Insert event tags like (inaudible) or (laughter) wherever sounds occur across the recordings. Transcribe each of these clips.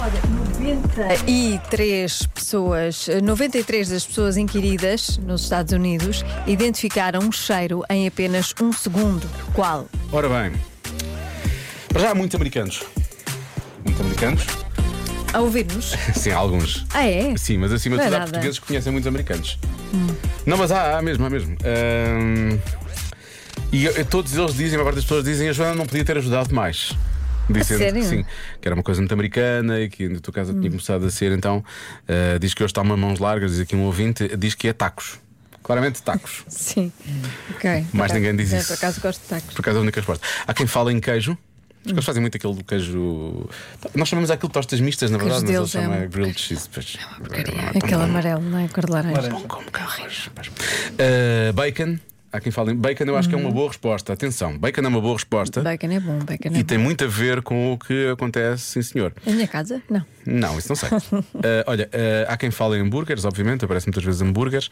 Olha, 93 pessoas, 93 das pessoas inquiridas nos Estados Unidos identificaram um cheiro em apenas um segundo. Qual? Ora bem, para já há muitos americanos. Muitos americanos? A ouvir-nos? (laughs) Sim, há alguns. Ah, é? Sim, mas acima Não de é tudo há nada. Hum. portugueses que conhecem muitos americanos. Não, mas há, há mesmo, há mesmo. Ahm, e eu- todos eles dizem, a maior parte das pessoas dizem, a Joana não podia ter ajudado mais. Dizendo sério? Hum. que sim, que era uma coisa muito americana e que no teu caso tinha começado a ser, então ah, diz que hoje está uma mãos largas, diz aqui um ouvinte, diz que é tacos. (laughs) Claramente tacos. (laughs) Sim. Ok. Mais Por acaso- ninguém diz é, isso. Por acaso gosto de tacos. Por acaso é a única resposta. Há quem fala em queijo. Os caras fazem muito aquele do queijo. Nós chamamos aquilo de tostas mistas, na Queijo verdade, mas eles deles é chamam uma- é grilled cheese. Pois, Ah, então Aquele amarelo, não é? Cor de laranja. Bom como queijo. pois. Ah, Bacon. Há quem fala em bacon, eu acho que é uma boa resposta. Atenção, bacon é uma boa resposta. Hum. Bacon é bom, bacon é E bom. tem muito a ver com o que acontece, sim senhor. Na minha casa? Não. Não, isso (laughs) não sei. Ah, olha, ah, há quem fala em hambúrgueres, obviamente, aparece muitas vezes hambúrgueres.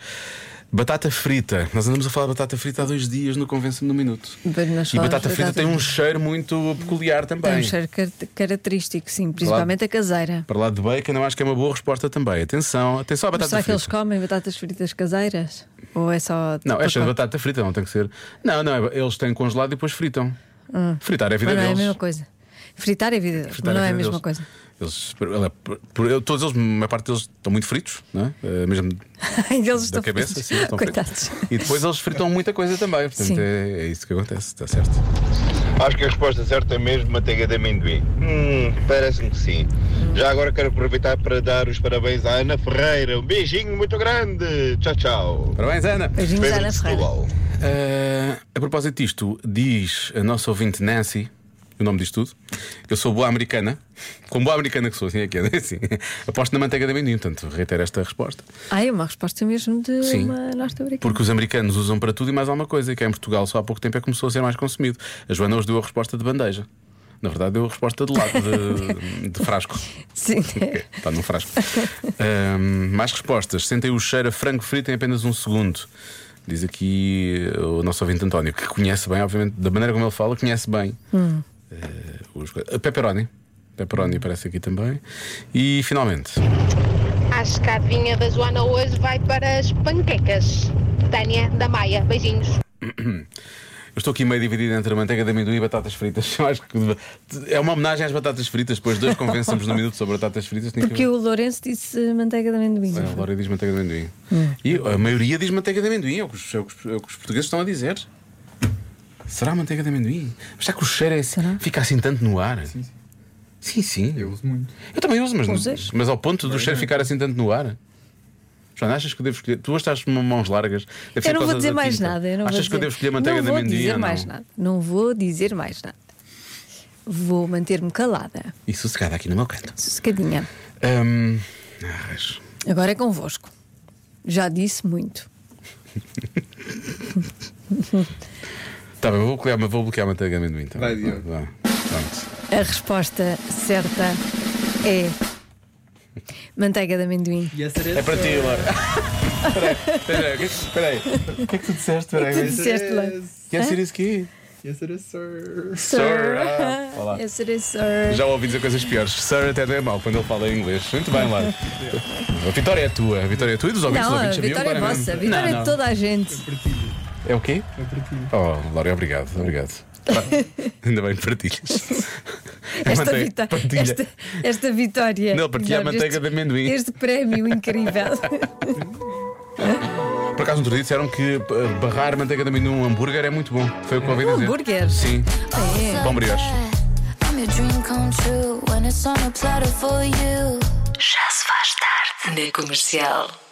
Batata frita. Nós andamos a falar de batata frita há dois dias no Convença-me no Minuto. Mas nós E falamos batata de frita tem um cheiro muito peculiar também. Tem um cheiro car- característico, sim. Principalmente a caseira. Para lá de bacon, eu acho que é uma boa resposta também. Atenção, atenção à Mas batata será que frita. eles comem batatas fritas caseiras? Ou é só. Não, é pacote? cheio de batata frita, não tem que ser. Não, não, é- eles têm congelado e depois fritam. Fritar é a vida Mas não é a deles. mesma coisa. Fritar é vida, deles, Fritar mas não é a vida mesma deles. coisa. Eles- olha, por- por- eu- todos eles, a maior parte deles estão muito fritos, não é? Eh, mesmo (laughs) eles da estão cabeça, fritos. sim, estão Coitados. fritos. E depois eles fritam muita coisa também. Sim. Portanto, é, é isso que acontece, está certo. Acho que a resposta certa é mesmo manteiga de amendoim. Hum, parece-me que sim. Já agora quero aproveitar para dar os parabéns à Ana Ferreira. Um beijinho muito grande. Tchau, tchau. Parabéns, Ana! Beijinhos à Pedro Ana de Ferreira. Setúbal. Eh, a propósito disto, diz a nossa ouvinte Nancy, o nome disto tudo, eu sou boa americana, como boa americana que sou, assim é que é, (laughs) assim. aposto na manteiga de amendoim, portanto, reitero esta resposta. Ah, é uma resposta mesmo de Sim. uma norte-americana. Porque os americanos usam para tudo e mais alguma coisa, e que em Portugal só há pouco tempo é que começou a ser mais consumido. A Joana hoje deu a resposta de bandeja. Na verdade, deu a resposta de lado, de, de frasco. Sim. Está num frasco. Ahm, mais respostas. Sentem o cheiro a frango frito em apenas um segundo. Diz aqui eh, o nosso ouvinte António, que conhece bem, obviamente, da maneira como ele fala, conhece bem. eh, os co- eh, pepperoni. Pepperoni aparece aqui também. E finalmente. A escadinha da Joana hoje vai para as panquecas. Tânia da Maia, beijinhos. Eu estou aqui meio dividido entre a manteiga de amendoim e batatas fritas. (laughs) Eu acho que é uma homenagem às batatas fritas. Depois dois convencemos no minuto sobre batatas fritas. Tinha Porque que... o Lourenço disse eh, manteiga de amendoim. A Laura diz manteiga de amendoim. Hum. E a maioria diz manteiga de amendoim, é o que os, é o que os- é o que os portugueses estão a dizer. Será manteiga de amendoim? Mas será que o cheiro é assim- Será? fica assim tanto no ar? Sim, sim. Eu uso muito. Eu também uso, mas, Usas? mas ao ponto do cheiro ficar assim tanto no ar. Joana, achas que eu devo escolher? Tu hoje estás com mãos largas. Deve ser Eu não por vou causa dizer é da mais tinta. nada. Eu não achas vou que eu dizer- devo escolher manteiga não de amendoim? Não vou dizer ou não? mais nada. Não vou dizer mais nada. Vou manter-me calada, E sossegada aqui no meu canto. sossegadinha. Hum, ah, raios. Agora é convosco. Já disse muito. tá bem, vou bloquear, mas vou bloquear a manteiga de amendoim. Tá Vai, bem. Diogo. Vá, Pronto. A resposta certa é manteiga de amendoim. É para ti, (laughs) Laura. Espera aí, espera aí. O que é que tu disseste? Espera Tu aí. disseste lá. Yes, it is key. (laughs) Sir, Sir. ah, olá. Yes, it is, É, sir. Já ouvi dizer coisas piores. Sir até não é mau quando ele fala em inglês. Muito bem, Laura. A vitória é tua. A vitória é tua e dos ouvintes. Não, Os a ouvintes sabiam vitória é claramente. vossa, a vitória Não, é não. de toda a gente. É o quê? Oh, Laura, obrigado. Obrigado. (laughs) Pá, Ainda bem que partilhas. A Esta, manteiga- vita- partilha. esta- esta vitória. Não, partilha a Exato, manteiga este- de amendoim. Este prémio incrível. (laughs) Por acaso, no outro dia disseram que eh, barrar manteiga de amendoim num hambúrguer é muito bom. Foi o que ouvi Um dizer. hambúrguer? Sim. É. Bom brioche. I'm your dream come true when it's on a platter for you. Já se faz tarde na comercial.